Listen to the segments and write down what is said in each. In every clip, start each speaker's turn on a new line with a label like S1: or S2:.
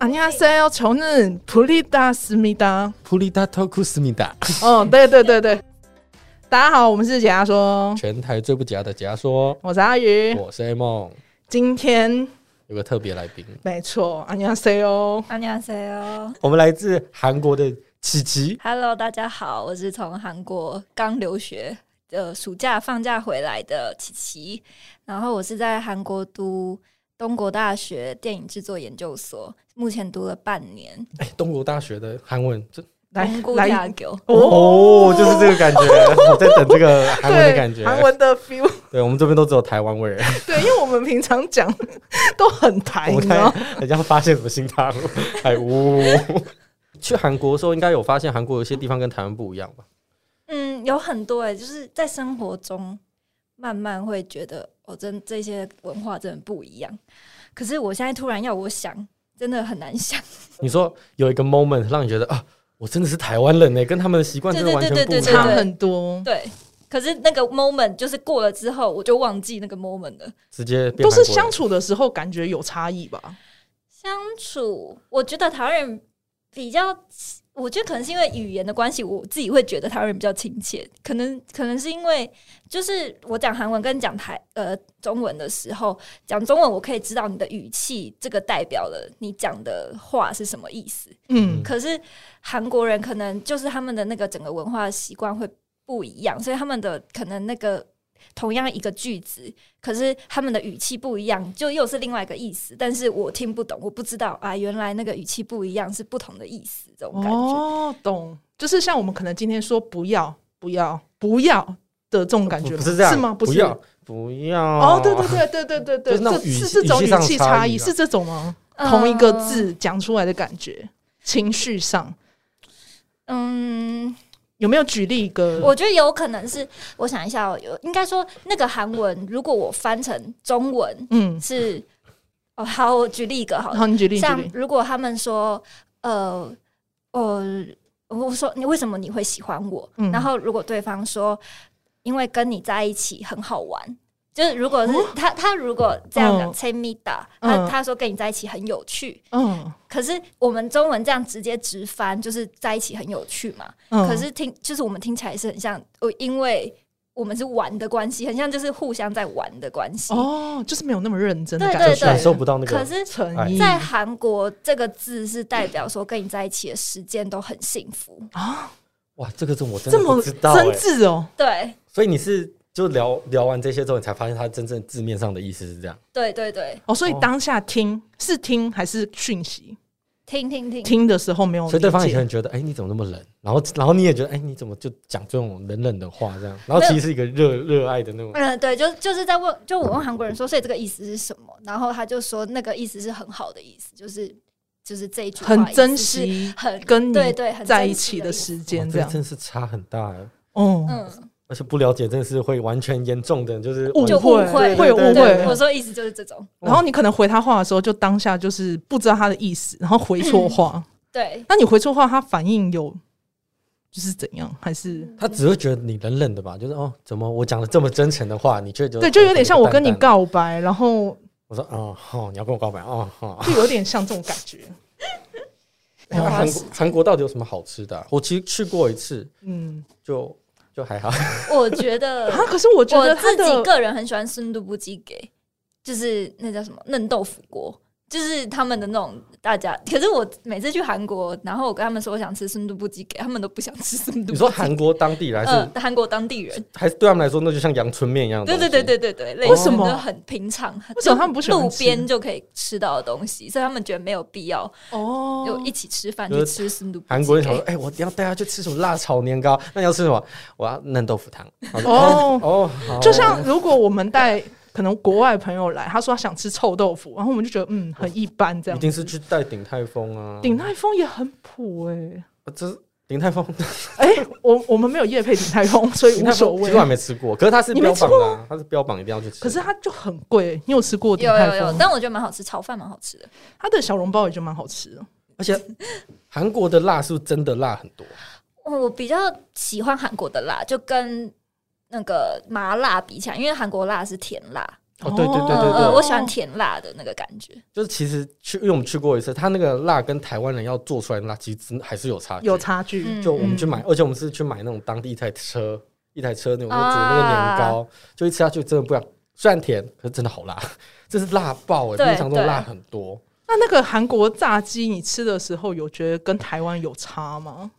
S1: 안녕하세요。저는프리다스미다。
S2: 풀리다 토크스입니다。
S1: 哦，对对对对，大家好，我们是解压说，
S2: 全台最不假的假说，
S1: 我是阿鱼。
S2: 我是 A 梦，
S1: 今天
S2: 有个特别来宾，
S1: 没错，啊안녕하세요。
S3: 안녕하세요
S2: 我们来自韩国的琪琪。
S3: ，Hello，大家好，我是从韩国刚留学的暑假放假回来的琪琪，然后我是在韩国读东国大学电影制作研究所，目前读了半年。
S2: 哎，东国大学的韩文，这
S1: 来
S3: 东姑
S1: 来
S3: 大狗，
S2: 哦，就是这个 感觉，我在等这个韩文的感
S1: 对
S2: 觉。
S1: 韩文的 feel，
S2: 对我们这边都只有台湾味儿，
S1: 对，因为我们平常讲都很台，
S2: 我
S1: 你
S2: 们
S1: 知
S2: 看
S1: 道，
S2: 好像发现什么新大陆，哎呜。 去韩国的时候，应该有发现韩国有一些地方跟台湾不一样吧？
S3: 嗯，有很多哎、就是在生活中慢慢会觉得，哦，真这些文化真的不一样。可是我现在突然要我想，真的很难想。
S2: 你说有一个 moment 让你觉得啊，我真的是台湾人呢、欸跟他们的习惯真的完全不一
S3: 对对
S1: 差
S2: 样，
S1: 很多，
S3: 对，可是那个 moment 就是过了之后，我就忘记那个 moment 了。
S2: 直接变
S1: 都是
S2: 韩国人
S1: 相处的时候感觉有差异吧？
S3: 相处，我觉得台湾人比较，我觉得可能是因为语言的关系，我自己会觉得台湾人比较亲切。可能可能是因为，就是我讲韩文跟讲台呃中文的时候，讲中文我可以知道你的语气，这个代表了你讲的话是什么意思。
S1: 嗯，
S3: 可是韩国人可能就是他们的那个整个文化习惯会不一样，所以他们的可能那个同样一个句子，可是他们的语气不一样，就又是另外一个意思。但是我听不懂，我不知道啊，原来那个语气不一样是不同的意思，这种感觉。
S1: 哦，懂，就是像我们可能今天说不要、不要、不要的这种感觉
S2: 不
S1: 吗，
S2: 不是这样，
S1: 是吗？
S2: 不
S1: 是，
S2: 要不要
S1: 哦， 对对对对对对对，
S2: 就是那种
S1: 这
S2: 语
S1: 是
S2: 气
S1: 这种
S2: 语
S1: 语
S2: 气上
S1: 气
S2: 差
S1: 差
S2: 异
S1: 异
S2: 啊
S1: 是这种吗？
S3: 呃
S1: 同一个，字讲出来的感
S2: 嗯
S1: 觉，情绪上
S3: 嗯，
S1: 有没有举例一个？
S3: 我觉得有可能是，我想一下、哦，有应该说那个韩文，如果我翻成中文
S1: 嗯，
S3: 是，哦，好，我举例一个好了
S1: 好，你举例，你举
S3: 像
S1: 例，
S3: 如果他们说，呃，呃，我说你为什么你会喜欢我？
S1: 嗯
S3: 然后如果对方说，因为跟你在一起很好玩。就是如果是他，他如果这样讲
S1: 哦嗯
S3: c h e m i d a
S1: 嗯
S3: 他他说跟你在一起很有趣，
S1: 嗯
S3: 可是我们中文这样直接直翻就是在一起很有趣嘛。
S1: 嗯，
S3: 可是听就是我们听起来是很像，哦，因为我们是玩的关系，很像就是互相在玩的关系。
S1: 哦，就是没有那么认真的
S3: 对
S1: 感
S3: 对
S1: 觉，
S3: 对
S2: 感受不到那
S3: 可
S2: 个
S3: 是
S1: 诚意
S3: 在韩国，这个字是代表说跟你在一起的时间都很幸福。
S1: 啊，
S2: 哇，这个字我真的
S1: 这么
S2: 不知道
S1: 真
S2: 哎、
S1: 挚哦，
S3: 对，
S2: 所以你是就聊聊完这些之后，你才发现它真正字面上的意思是这样。
S3: 对对对，
S1: 哦，所以
S2: 哦
S1: 当下听是听还是讯息？
S3: 听听听，
S1: 听的时候没哦有理解，
S2: 所以对方也可能觉得，哎、你怎么那么冷？然后，然后你也觉得，哎、你怎么就讲这种冷冷的话这样？然后其实是一个热热爱的那种，
S3: 嗯，对，就就是在问，就我问韩国人说，所以这个意思是什么？然后他就说那个意思是很好的意思，就是就是这一句话
S1: 很
S3: 意思
S1: 珍
S3: 是
S1: 惜
S3: 很
S1: 跟你
S3: 对对很
S1: 在
S3: 珍
S1: 一
S3: 惜
S1: 起
S3: 的
S1: 的
S3: 意思
S1: 时
S2: 哇
S1: 间，这
S2: 哦这
S1: 样
S2: 个，真是差很大哎、
S1: 哦，
S3: 嗯，
S2: 而且不了解真的是会完全严重的，就是
S1: 误
S2: 完
S3: 就
S1: 会
S3: 误会
S1: 会有误
S3: 对，我
S1: 会。
S3: 说意思就是这种，
S1: 然后你可能回他话的时候，就当下就是不知道他的意思，然后回错
S3: 嗯
S1: 话。
S3: 对，
S1: 那你回错话，他反应有就是怎样？还是
S2: 他只会觉得你冷冷的吧？就是哦，怎么我讲了这么真诚的话，你却觉得
S1: 对，就有点像我跟你
S2: 淡淡的
S1: 告白，然后
S2: 我说哦，哦，你要跟我告白哦，哦。
S1: 就有点像这种感觉。
S2: 哎那 韩国韩国到底有什么好吃的啊、我其实去过一次，
S1: 嗯，
S2: 就就还 好。
S3: 我觉得
S1: 啊，可是我觉
S3: 我
S1: 得他
S3: 自己
S1: 的
S3: 个人很喜欢孙都不鸡给，就是那叫什么嫩豆腐锅，就是他们的那种大家。可是我每次去韩国，然后我跟他们说我想吃孙都不鸡给，他们都不想吃孙都。
S2: 你说韩国当地人还是、
S1: 嗯
S3: 呃，韩国当地人，
S2: 还是对他们来说，那就像阳春面一样的
S3: 对
S2: 东
S3: 对
S2: 西。
S3: 对对对对，类
S1: 为
S3: 似
S1: 什么
S3: 就很平常？
S1: 为什么他们不喜欢
S3: 路
S1: 吃
S3: 边就可以吃到的东西？所以他们觉得没有必要
S1: 哦
S3: 就一起吃饭
S2: 就是
S3: 去吃孙都。
S2: 韩国人想说，哎、我要带他去吃什么辣炒年糕，那你要吃什么？我要嫩豆腐汤。我说
S1: 哦
S2: 哦，好
S1: 就像如果我们带可能国外朋友来，他说他想吃臭豆腐，然后我们就觉得嗯很一般这
S2: 一
S1: 样。
S2: 定是去带鼎泰丰啊，
S1: 鼎泰丰也很普哎、
S2: 啊这是鼎泰丰，
S1: 哎、我我们没有夜配鼎泰丰，所以
S2: 鼎
S1: 无
S2: 泰
S1: 所
S2: 丰其实我还
S1: 谓。
S2: 没吃过，可是它是
S1: 你没
S2: 标
S1: 吃
S2: 榜的、啊，它是标榜一定要去吃。
S1: 可是它就很贵，你有吃过鼎
S3: 有有
S1: 泰
S3: 有，
S1: 丰？
S3: 但我觉得蛮好吃，炒饭蛮好吃的。
S1: 它的小笼包也就蛮好吃的。
S2: 而且韩国的辣是不是真的辣很多？
S3: 我比较喜欢韩国的辣，就跟那个麻辣比起来，因为韩国辣是甜辣，
S2: 哦对对对对
S3: 嗯
S2: 对
S3: 嗯，我喜欢甜辣的那个感觉。
S2: 就是其实去，因为我们去过一次，它那个辣跟台湾人要做出来的辣，其实真的还是有差距。
S1: 有差距，
S3: 嗯
S2: 就我们去买，而且我们是去买那种当地一台车，一台车那种就煮那个
S3: 啊
S2: 年糕，就一吃下去真的不一样。虽然甜，可是真的好辣，这是辣爆哎、
S3: 对
S2: 欸，平常都辣很多。
S1: 那那个韩国炸鸡，你吃的时候有觉得跟台湾有差吗？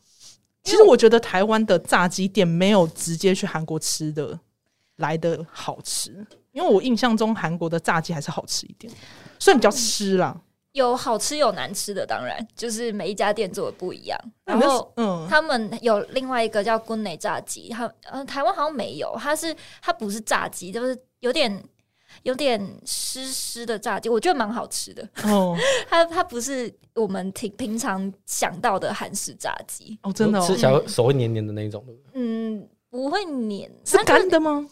S1: 其实我觉得台湾的炸鸡店没有直接去韩国吃的来的好吃，因为我印象中韩国的炸鸡还是好吃一点，虽然比较湿啦。
S3: 有好吃有难吃的，当然就是每一家店做的不一样。
S1: 那
S3: 然
S1: 你那
S3: 后
S1: 嗯，
S3: 他们有另外一个叫กุ้内炸鸡，它呃台湾好像没有，它是它不是炸鸡，就是有点有点湿湿的炸鸡，我觉得蛮好吃的。
S1: 哦
S3: 它它不是我们平平常想到的韩式炸鸡，
S1: 哦，真的、
S2: 吃
S1: 哦、
S2: 起来手会黏黏的那一种，
S3: 嗯，不会黏，
S1: 是
S3: 它就
S1: 干的吗？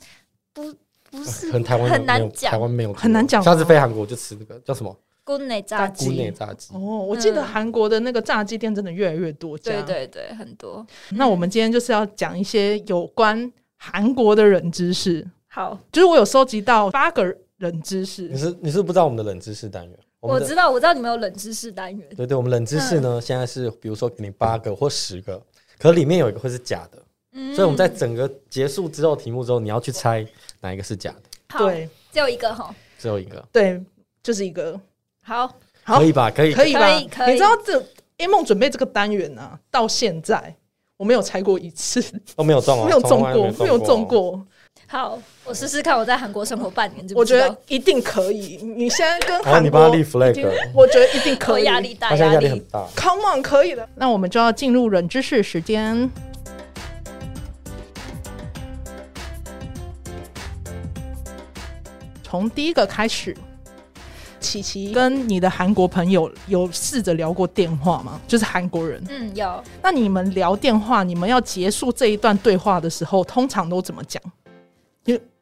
S3: 不是
S2: 很台湾
S3: 很
S2: 没
S3: 难
S2: 有
S3: 讲
S2: 台。湾没有
S1: 很难讲
S2: 下次飞韩国就吃那个叫什么
S3: กุ้内炸鸡，
S2: 菇内炸鸡
S1: 哦，，我记得
S3: 嗯
S1: 韩国的那个炸鸡店真的越来越多家。
S3: 对对对，很多
S1: 那我们今天就是要讲一些有关韩国的冷知识，
S3: 好。
S1: 就是我有收集到八个冷知识
S2: 你。是你是不是不知道我们的冷知识单元，我
S3: 我
S2: 们的
S3: 知嗯道，我知道你们有冷知识单元，
S2: 对对，我们冷知识呢，现在是比如说给你八个或十个，可里面有一个会是假的，
S3: 嗯
S2: 所以我们在整个结束之后题目之后，你要去猜哪一个是假的，
S3: 好
S1: 对
S3: 只有一个哈，
S2: 只有一个，
S1: 对，就是一个
S3: 好，
S1: 好
S2: 可以吧？可以，
S1: 可以吧？
S3: 可以可以
S1: 你知道这 A 梦准备这个单元啊，到现在我没有猜过一次，
S2: 都没有中哦，
S1: 没有中
S2: 从来
S1: 过，没有中。过。
S3: 好，我试试看，我在韩国生活半年，知不
S1: 我觉
S3: 知道
S1: 得一定可以。你现在跟
S2: 然后
S1: 韩
S2: 哦你帮
S1: 国
S2: 他立
S1: 已经
S2: flag，
S1: 我觉得一定可
S3: 我
S1: 以。
S3: 压力
S2: 他
S3: 大，
S2: 现在
S3: 压
S2: 压力很大。
S1: Come on，可以的。那我们就要进入冷知识时间。从第一个开始，琪琪跟你的韩国朋友有试着聊过电话吗？就是韩国人。
S3: 嗯，有
S1: 那你们聊电话，你们要结束这一段对话的时候，通常都怎么讲？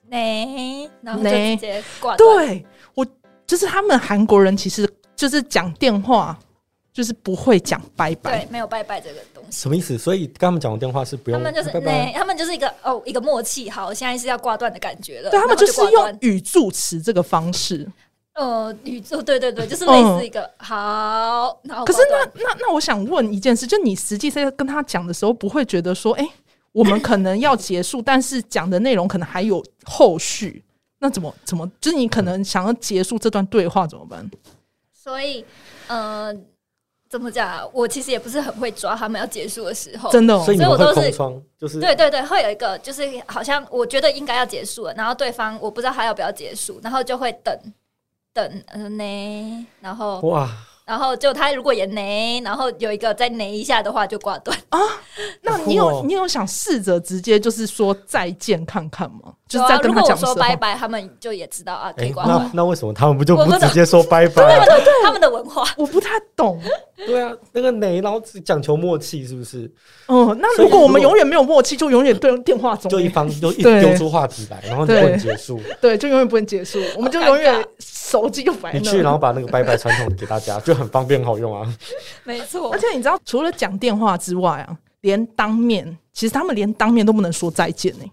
S3: 呢，然后就
S1: 呢
S3: 直接挂断。
S1: 对我，就是他们韩国人其实就是讲电话，就是不会讲拜拜
S3: 对，。没有拜拜这个东西，
S2: 什么意思？所以跟他们讲完电话是不
S3: 他
S2: 用，
S3: 们就是
S2: 拜
S3: 呢
S2: 拜，，
S3: 他们就是一个哦，一个默契。好，现在是要挂断的感觉了。
S1: 对他们
S3: 然后就
S1: 就是
S3: 挂断
S1: 用语助词这个方式。
S3: 呃宇宙，对对对，就是类似一个好，然后
S1: 可是
S3: 哦挂断
S1: 那那那，我想问一件事，就你实际在跟他讲的时候，不会觉得说，哎、我们可能要结束，但是讲的内容可能还有后续，那怎么怎么，就是你可能想要结束这段对话怎么办？
S3: 所以呃，怎么讲啊？我其实也不是很会抓他们要结束的时候，
S1: 真的、哦
S2: 所以，你们
S3: 所以我
S2: 会
S3: 都是
S2: 空窗，就是
S3: 对对对，会有一个就是好像我觉得应该要结束了，然后对方我不知道他要不要结束，然后就会等等呃呢，然后
S2: 哇，
S3: 然后就他如果也呢，然后有一个再呢一下的话就挂断。
S1: 那你有
S2: 哦
S1: 你有想试着直接就是说再见看看吗？就是
S3: 有
S1: 在
S3: 啊
S1: 跟
S3: 如
S1: 他
S3: 果我
S1: 讲的时候，
S3: 说拜拜，他们就也知道啊，可以
S2: 哎，
S3: 挂断
S2: 那。那为什么他们不就
S3: 我
S2: 不
S3: 们的
S2: 直接说拜
S1: 哎
S2: 拜？
S3: 他们的文化，
S1: 我不太懂。
S2: 对啊，那个哪，然后只讲求默契，是不是？
S1: 嗯，那
S2: 所以
S1: 如果我们
S2: 如果
S1: 永远没有默契，就永远对电话中
S2: 就一方 就一
S1: 对
S2: 丢出话题来，然后你
S1: 对
S2: 问结束，
S1: 对，就永远不能结束，我们就
S3: 好尴
S1: 永远
S3: 尬
S1: 手机就摆
S2: 你
S1: 那
S2: 去然后把那个拜拜传统给大家，就很方便很好用啊。
S3: 没错
S1: 而。且你知道，除了讲电话之外啊，连当面，其实他们连当面都不能说再见呢、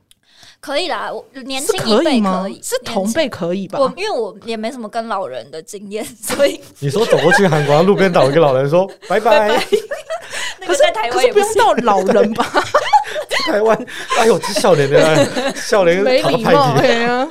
S3: 可以啦，我年
S1: 是
S3: 轻一
S1: 可
S3: 辈
S1: 吗
S3: 可以？，
S1: 是
S3: 年
S1: 同
S3: 轻。
S1: 辈可以吧？
S3: 我因为我也没什么跟老人的经验，所以
S2: 你说走过去韩国路边找一个老人说拜拜，
S3: 那
S1: 可
S3: 个
S1: 是
S3: 在台
S1: 可
S3: 湾
S1: 是
S3: 也
S1: 不
S3: 不
S1: 用
S3: 行。
S1: 到老人 吧，
S2: 台湾，哎呦，这笑脸的笑脸
S1: 没
S2: 讨个
S1: 礼
S2: 派
S1: 貌。
S2: 题，
S1: 对啊，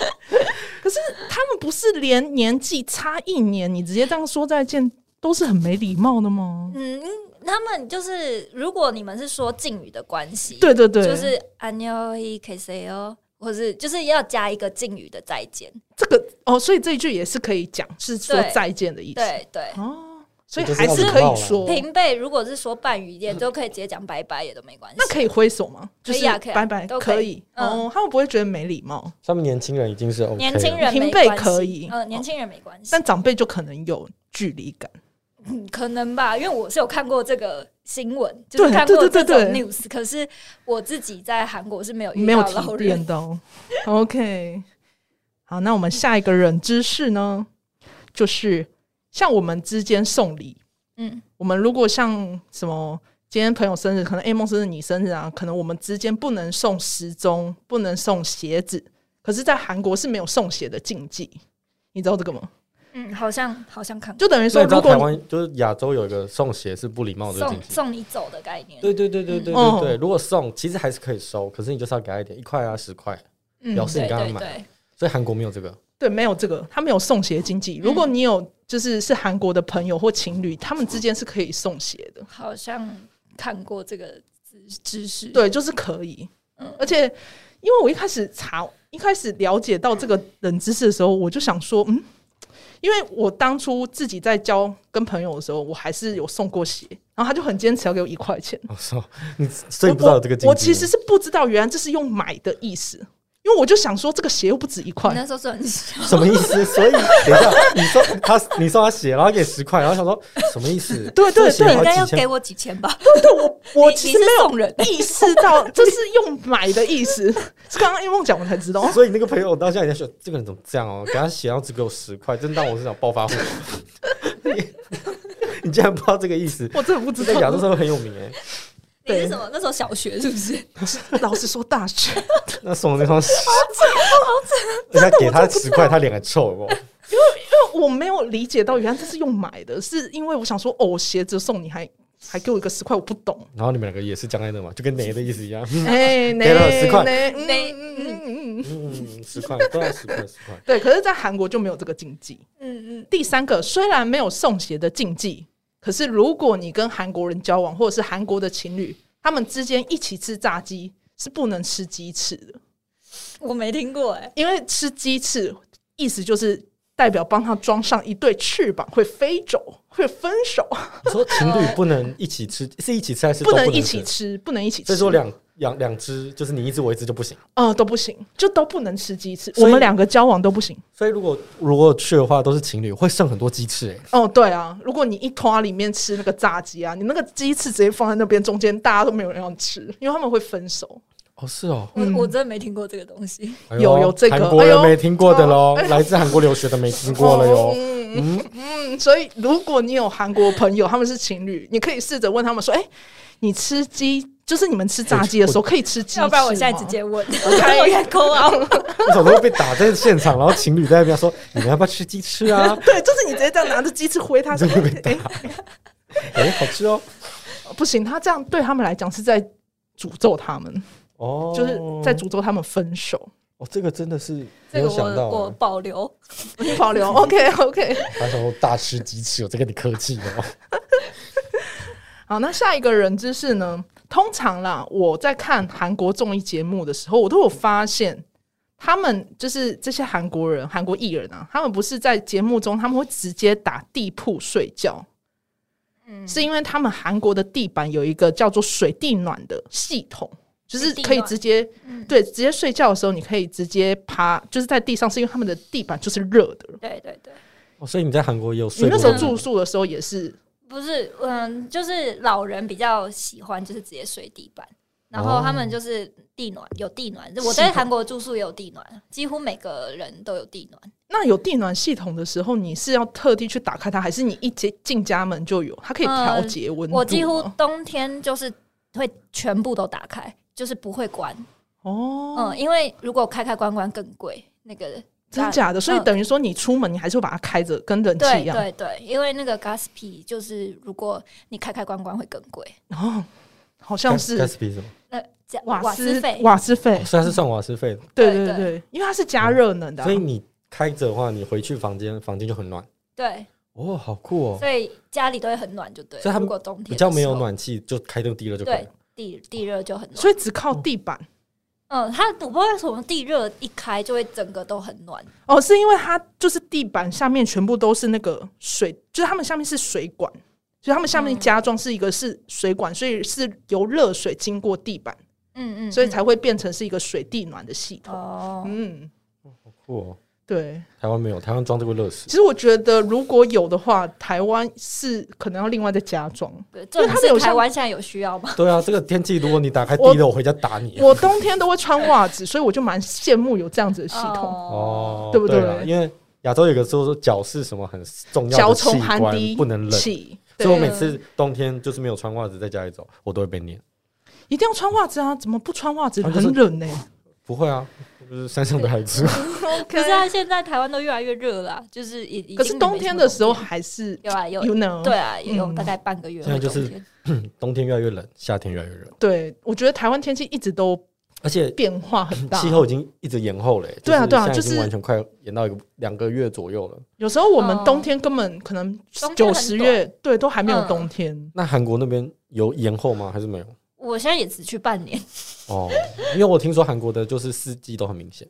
S1: 可是他们不是连年纪差一年，你直接这样说再见，都是很没礼貌的吗？
S3: 嗯，他们就是如果你们是说敬语的关系，
S1: 对对对，
S3: 就是안녕히계세요，或是就是要加一个敬语的再见。
S1: 这个哦，所以这一句也是可以讲，是说
S3: 对
S1: 再见的意思
S3: 对对，
S1: 哦，所以
S2: 就是
S1: 还
S2: 要
S1: 是
S2: 礼
S1: 可
S2: 貌
S1: 以
S2: 啦
S1: 说。
S3: 平辈如果是说半语也都可以直接讲拜拜，也都没关系。
S1: 那可以挥手吗？就
S3: 可
S1: 是
S3: 以啊可以啊
S1: 拜拜，
S3: 都可
S1: 可
S3: 以
S1: 以
S3: 嗯
S1: 哦，他们不会觉得没礼貌。
S2: 他们年轻人已经是 OK，
S3: 年轻
S2: 了
S3: 人没
S1: 平辈
S3: 关系
S1: 可以哦
S3: 呃，年轻人没关系
S1: 但，长辈就可能有距离感。
S3: 嗯可能吧，因为我是有看过这个新闻，就
S1: 对
S3: 是看过
S1: 对对
S3: 这
S1: 对
S3: 种
S1: 对
S3: news，可是我自己在韩国是没有遇
S1: 没有
S3: 到
S1: 提
S3: 老人
S1: 炼。到。OK，好，那我们下一个冷知识呢，就是像我们之间送礼，
S3: 嗯，
S1: 我们如果像什么今天朋友生日，可能 A 梦生日、你生日啊，可能我们之间不能送时钟，不能送鞋子。可是，在韩国是没有送鞋的禁忌，你知道这个吗？
S3: 嗯，好像好像看过
S1: 就等于
S2: 那
S1: 说，
S2: 你知道
S1: 如
S2: 台
S1: 果
S2: 湾就是亚洲有一个送鞋是不礼貌的禁
S3: 送
S2: 忌。
S3: 送你走的概念，
S2: 对对对对对
S1: 嗯
S2: 对对，如果送其实还是可以收，可是你就是要给他一点一块啊十块，
S1: 嗯
S2: 表示你
S3: 对
S2: 刚刚
S3: 对
S2: 买，
S3: 对，
S2: 所以韩国没有这个。
S1: 对没有这个，他没有送鞋经济。如果你有就是是韩国的朋友或情侣，他们之间是可以送鞋的。
S3: 好像看过这个知知识，，
S1: 对，就是可以。
S3: 嗯
S1: 而且，因为我一开始查，一开始了解到这个冷知识的时候，我就想说，嗯，因为我当初自己在交跟朋友的时候，我还是有送过鞋，然后他就很坚持要给我一块钱。
S2: 我说你，所以你不知哦道有这个禁忌
S1: 我我其实是不知道，原来这是用买的意思，因为我就想说，这个鞋又不止一块
S3: 你，那时候是很小，
S2: 什么意思？所以等一下，你说他，你送他鞋，然后给十块，然后想说什么意思？
S1: 对对
S2: 这鞋
S1: 对
S3: 你
S2: 好
S3: 应该要
S2: 几
S3: 给
S2: 千，
S3: 我几千吧？
S1: 对我我
S3: 你
S1: 其
S3: 你
S1: 实
S3: 是
S1: 没有
S3: 送人的，
S1: 意识到这是用买的意思， 是刚刚一梦讲我才知道。
S2: 所以那个朋友到现在也在说，这个人怎么这样哦、给他鞋，然后只给我十块，真当我是想暴发户。 你你竟然不知道这个意思？
S1: 我真的不知
S2: 在亚
S1: 道
S2: 洲，社会很有名 哎、
S3: 你
S1: 对
S3: 是什么？那时候小学是不是？
S1: 老实说，大学
S2: 那送的那双鞋，好扯，人家给他十块，他脸还臭，有没有
S1: 我没有理解到，原来这是用买的，是因为我想说，哦，鞋子送你还还给我一个十块，我不懂。
S2: 然后你们两个也是僵在那嘛，就跟雷的意思一样。
S1: 哎，
S2: 嗯 给了10块
S1: 嗯
S3: 嗯
S1: 嗯嗯嗯。
S2: 嗯，十块，都要十块，十块。
S1: 对，可是，在韩国就没有这个禁忌。
S3: 嗯嗯，
S1: 第三个，虽然没有送鞋的禁忌，可是如果你跟韩国人交往，或者是韩国的情侣，他们之间一起吃炸鸡是不能吃鸡翅的，
S3: 我没听过哎、
S1: 因为吃鸡翅意思就是代表帮他装上一对翅膀，会飞走，会分手，
S2: 你说情侣不能一起吃，是一起吃还是都
S1: 不能
S2: 能
S1: 一起
S2: 吃？
S1: 吃，不能一起吃。
S2: 所以说两两两只，就是你一只我一只就不行。
S1: 呃，都不行，就都不能吃鸡翅。
S2: 所以
S1: 我们两个交往都不行。
S2: 所以如果如果去的话，都是情侣，会剩很多鸡翅哎、
S1: 哦，对啊，如果你一拖里面吃那个炸鸡啊，你那个鸡翅直接放在那边中间，大家都没有人要吃，因为他们会分手。
S2: 哦，是哦，
S3: 我我真的没听过这个东西。
S2: 哎呦
S1: 有有这个
S2: 韩国人
S1: 哎呦
S2: 没听过的喽， 来自韩国留学的没听过了 哟。
S1: 嗯嗯，所以如果你有韩国朋友，他们是情侣，你可以试着问他们说：“哎、你吃鸡，就是你们吃炸鸡的时候可以吃鸡翅吗？”
S3: 要不然我现在直接问， 我
S1: 开
S3: 开抠啊！
S2: 为什么会哦被打在现场？然后情侣在那边说：“你们要不要吃鸡翅 啊
S1: 对，就是你直接这样拿着鸡翅挥 他，说：“哎、
S2: 哎、好吃哦。
S1: 不行，他这样对他们来讲是在诅咒他们，”
S2: 哦，
S1: 就是在诅咒他们分手。
S2: 哦，这个真的是 没
S3: 这
S2: 有
S3: 个
S2: 想到
S3: 我我
S2: 啊，
S3: 保留。
S1: 你保留，OK OK。
S2: 他说大吃鸡翅，我在跟你客气哦。
S1: 好，那下一个人知识呢？通常啦，我在看韩国综艺节目的时候，我都有发现，他们就是这些韩国人、韩国艺人啊，他们不是在节目中，他们会直接打地铺睡觉，
S3: 嗯，
S1: 是因为他们韩国的地板有一个叫做水地暖的系统，就是
S3: 水地
S1: 可以
S3: 暖
S1: 直接
S3: 嗯
S1: 对直接睡觉的时候，你可以直接趴，就是在地上，是因为他们的地板就是热的。
S3: 对对对，
S2: 哦，所以你在韩国也有
S1: 你
S2: 睡
S1: 那
S2: 过
S1: 时候
S2: 吗？
S1: 住宿的时候也是
S3: 不是，嗯，就是老人比较喜欢就是直接睡地板，然后
S2: 哦
S3: 他们就是地暖有地暖，我
S1: 系
S3: 在
S1: 统
S3: 韩国住宿也有地暖，几乎每个人都有地暖。
S1: 那有地暖系统的时候，你是要特地去打开它，还是你一进进家门就有？它可以调节温度吗、
S3: 我几乎冬天就是会全部都打开，就是不会关。
S1: 哦，
S3: 嗯，因为如果开开关关更贵，那个
S1: 真假的？所以
S3: 嗯
S1: 等于说你出门，你还是会把它开着，跟冷气
S3: 对
S1: 一样。
S3: 对对，因为那个 gas p 就是如果你开开关关会更贵，
S1: 哦，好像是
S2: Gatsby 什么？
S3: 那这样
S1: 瓦
S3: 斯
S1: 斯
S3: 费
S1: 瓦斯费
S2: 哦，虽然是算瓦斯费的，
S1: 对
S3: 对
S1: 对对，因为它是加热能的啊、
S2: 所以你开着的话，你回去房间，房间就很暖。
S3: 对，
S2: 哦，好酷哦！
S3: 所以家里都会很暖，就对了。
S2: 所以他们
S3: 如果冬天
S2: 比较没有
S1: 哦
S3: 的时候，
S2: 暖气，就开这个地热就可以
S3: 对
S2: 了。
S3: 地地热就很暖。
S1: 所以只靠
S2: 哦
S1: 地板
S3: 嗯，它我不知道为什么地热一开就会整个都很暖。
S1: 哦是因为它就是地板下面全部都是那个水，就是它们下面是水管，所以它们下面
S3: 嗯
S1: 加装是一个是水管，所以是由热水经过地板，
S3: 嗯嗯，
S1: 所以
S3: 嗯
S1: 才会变成是一个水地暖的系统。
S3: 哦，
S1: 嗯，
S2: 好酷哦！
S1: 对。
S2: 台湾没有，台湾装这个热石
S1: 其。实我觉得，如果有的话，台湾是可能要另外再加装。因
S3: 对，
S1: 为
S3: 这
S1: 他们有
S3: 是台
S1: 像
S3: 湾现在有需 要吗？
S2: 对啊，这个天气，如果你打开地热，我回家打你。啊
S1: 我冬天都会穿袜子，所以我就蛮羡慕有这样子的系统。
S2: 哦，
S1: 对不对啊
S2: 啦因为亚洲有个说说脚是什么很重要
S1: 脚
S2: 的
S1: 从
S2: 器
S1: 寒
S2: 官，
S1: 滴
S2: 不能冷。所
S1: 起，
S2: 以我
S1: 对，啊
S2: 每次冬天就是没有穿袜子在家里走，我都会被念。
S1: 一定要穿袜子啊！怎么不穿袜子
S2: 啊就是
S1: 很冷呢、
S2: 不会啊，我就是山上的孩 子。
S3: 可是啊，现在台湾都越来越热了啊，就是已已
S1: 可
S3: 经
S1: 是
S3: 没
S1: 冬
S3: 什
S1: 天
S3: 么
S1: 的时候
S3: 冬
S1: 还是
S3: 天有啊有
S1: ，you know，
S3: 对啊有
S1: 嗯
S3: 大概半个月
S2: 现在
S3: 会
S2: 就
S3: 冬
S2: 是
S3: 天，
S2: 冬天越来越冷，夏天越来越热，
S1: 对我觉得台湾天气一直都
S2: 而且
S1: 变化很 大。
S2: 气候已经一直延后了、欸。
S1: 对啊对啊
S2: 现在
S1: 就
S2: 已经
S1: 是
S2: 完全快延到一个两个月左右了。
S1: 有时候我们
S3: 哦
S1: 冬天根本可能
S3: 冬天
S1: 九
S3: 很
S1: 十
S3: 短
S1: 月对都还没有
S3: 嗯
S1: 冬天，
S2: 那韩国那边有延后吗？还是没有？
S3: 我现在也只去半 年。
S2: 哦，因为我听说韩国的就是四季都很明显。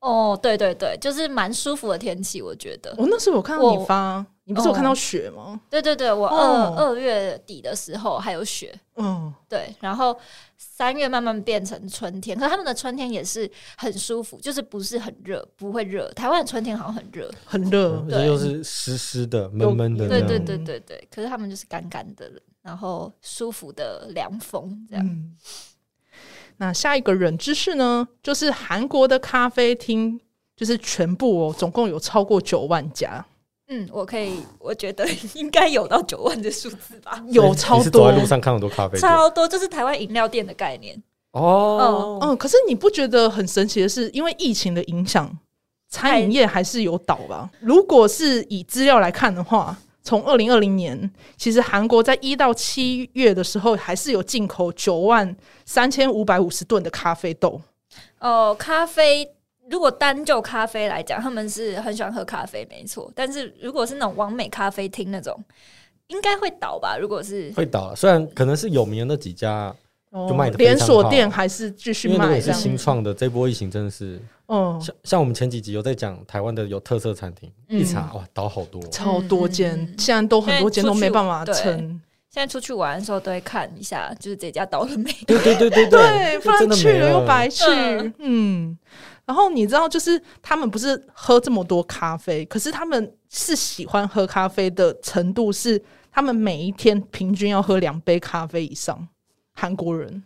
S3: 哦，对对对，就是蛮舒服的天气，我觉得。
S1: 我哦那时候有看到你
S3: 我
S1: 发，你不是有看到
S3: 哦
S1: 雪吗？
S3: 对对对，我二
S1: 哦
S3: 二、月底的时候还有雪，
S1: 嗯，
S3: 对，然后三月慢慢变成春天，可是他们的春天也是很舒服，就是不是很热，不会热。台湾的春天好像很热，
S1: 很热
S2: 而，
S3: 对
S2: 且又是湿湿的、闷闷的这
S3: 对
S2: 样，
S3: 对对对对，可是他们就是干干的，然后舒服的凉风这样。
S1: 嗯，那下一个冷知识呢，就是韩国的咖啡厅，就是全部哦，总共有超过九万家，
S3: 嗯，我可以，我觉得 应该有到九万的数字吧，
S1: 有
S2: 你
S1: 超
S2: 是走
S1: 多
S2: 在。路上看很多咖啡店
S3: 超多，就是台湾饮料店的概念。
S2: 哦，
S1: 嗯，可是你不觉得很神奇的是，因为疫情的影响，餐饮业还是有倒吧？如果是以资料来看的话，从二零二零年，其实韩国在一到七月的时候，还是有进口九万三千五百五十吨的咖啡豆。
S3: 哦，咖啡。如果单就咖啡来讲，他们是很喜欢喝咖啡，没错。但是如果是那种完美咖啡厅那种，应该会倒吧？如果
S1: 嗯
S3: 是
S2: 会倒了。虽然可能是有名的那几家，就卖得非
S1: 哦
S2: 常
S1: 连锁
S2: 好
S1: 店还是继续
S2: 因为如
S1: 卖
S2: 果
S1: 这
S2: 是
S1: 样。
S2: 新创的，这波疫情真的是
S1: 嗯，
S2: 像像我们前几集有在讲台湾的有特色餐厅，
S3: 嗯
S2: 一查哇倒好多，
S1: 超多间，
S3: 嗯
S1: 现在都很多间都没办法
S3: 因为出去
S1: 撑。
S3: 现在出去玩的时候都会看一下，就是这家倒了没？
S2: 对对对对
S1: 对，
S2: 就
S1: 不然
S2: 真的
S1: 去
S2: 没
S1: 了
S2: 了
S1: 又白去
S3: 嗯。
S1: 嗯，然后你知道，就是他们不是喝这么多咖啡，可是他们是喜欢喝咖啡的程度是，他们每一天平均要喝两杯咖啡以上。韩国人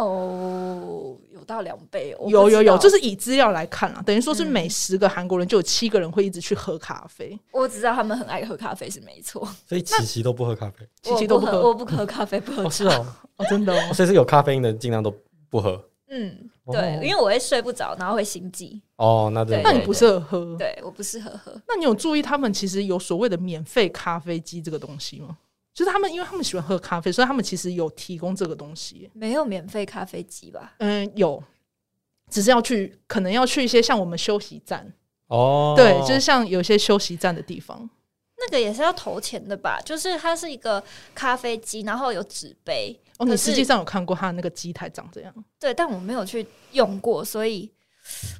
S3: 哦，有到两倍，哦我不
S1: 有有
S3: 知
S1: 有，
S3: 道
S1: 就是以资料来看啊，等于说是
S3: 嗯
S1: 每十个韩国人就有七个人会一直去喝咖啡。
S3: 我只知道他们很爱喝咖啡是没错，
S2: 所以琪琪都不喝咖啡，
S1: 琪琪都
S3: 我
S1: 不
S3: 不
S1: 喝
S3: 我不喝咖啡，不
S2: 哦
S3: 喝茶。
S2: 是哦，
S1: 哦，真的哦，
S2: 所以是有咖啡因的尽量都不喝
S3: 嗯，
S2: 哦
S3: 对，因为我会睡不着，然后会心悸。
S2: 哦，那真的
S1: 那你
S3: 对
S1: 不适合喝。
S3: 对我不适合喝，
S1: 那你有注意他们其实有所谓的免费咖啡机这个东西吗？就是他们，因为他们喜欢喝咖啡，所以他们其实有提供这个东西。
S3: 没有免费咖啡机吧？
S1: 嗯，有，只是要去，可能要去一些像我们休息站，
S2: 哦，
S1: 对，就是像有些休息站的地方。
S3: 那个也是要投钱的吧？就是它是一个咖啡机，然后有纸杯，
S1: 哦，
S3: 可
S1: 你
S3: 是
S1: 实际上有看过他那个机台长这样？
S3: 对，但我没有去用过，所以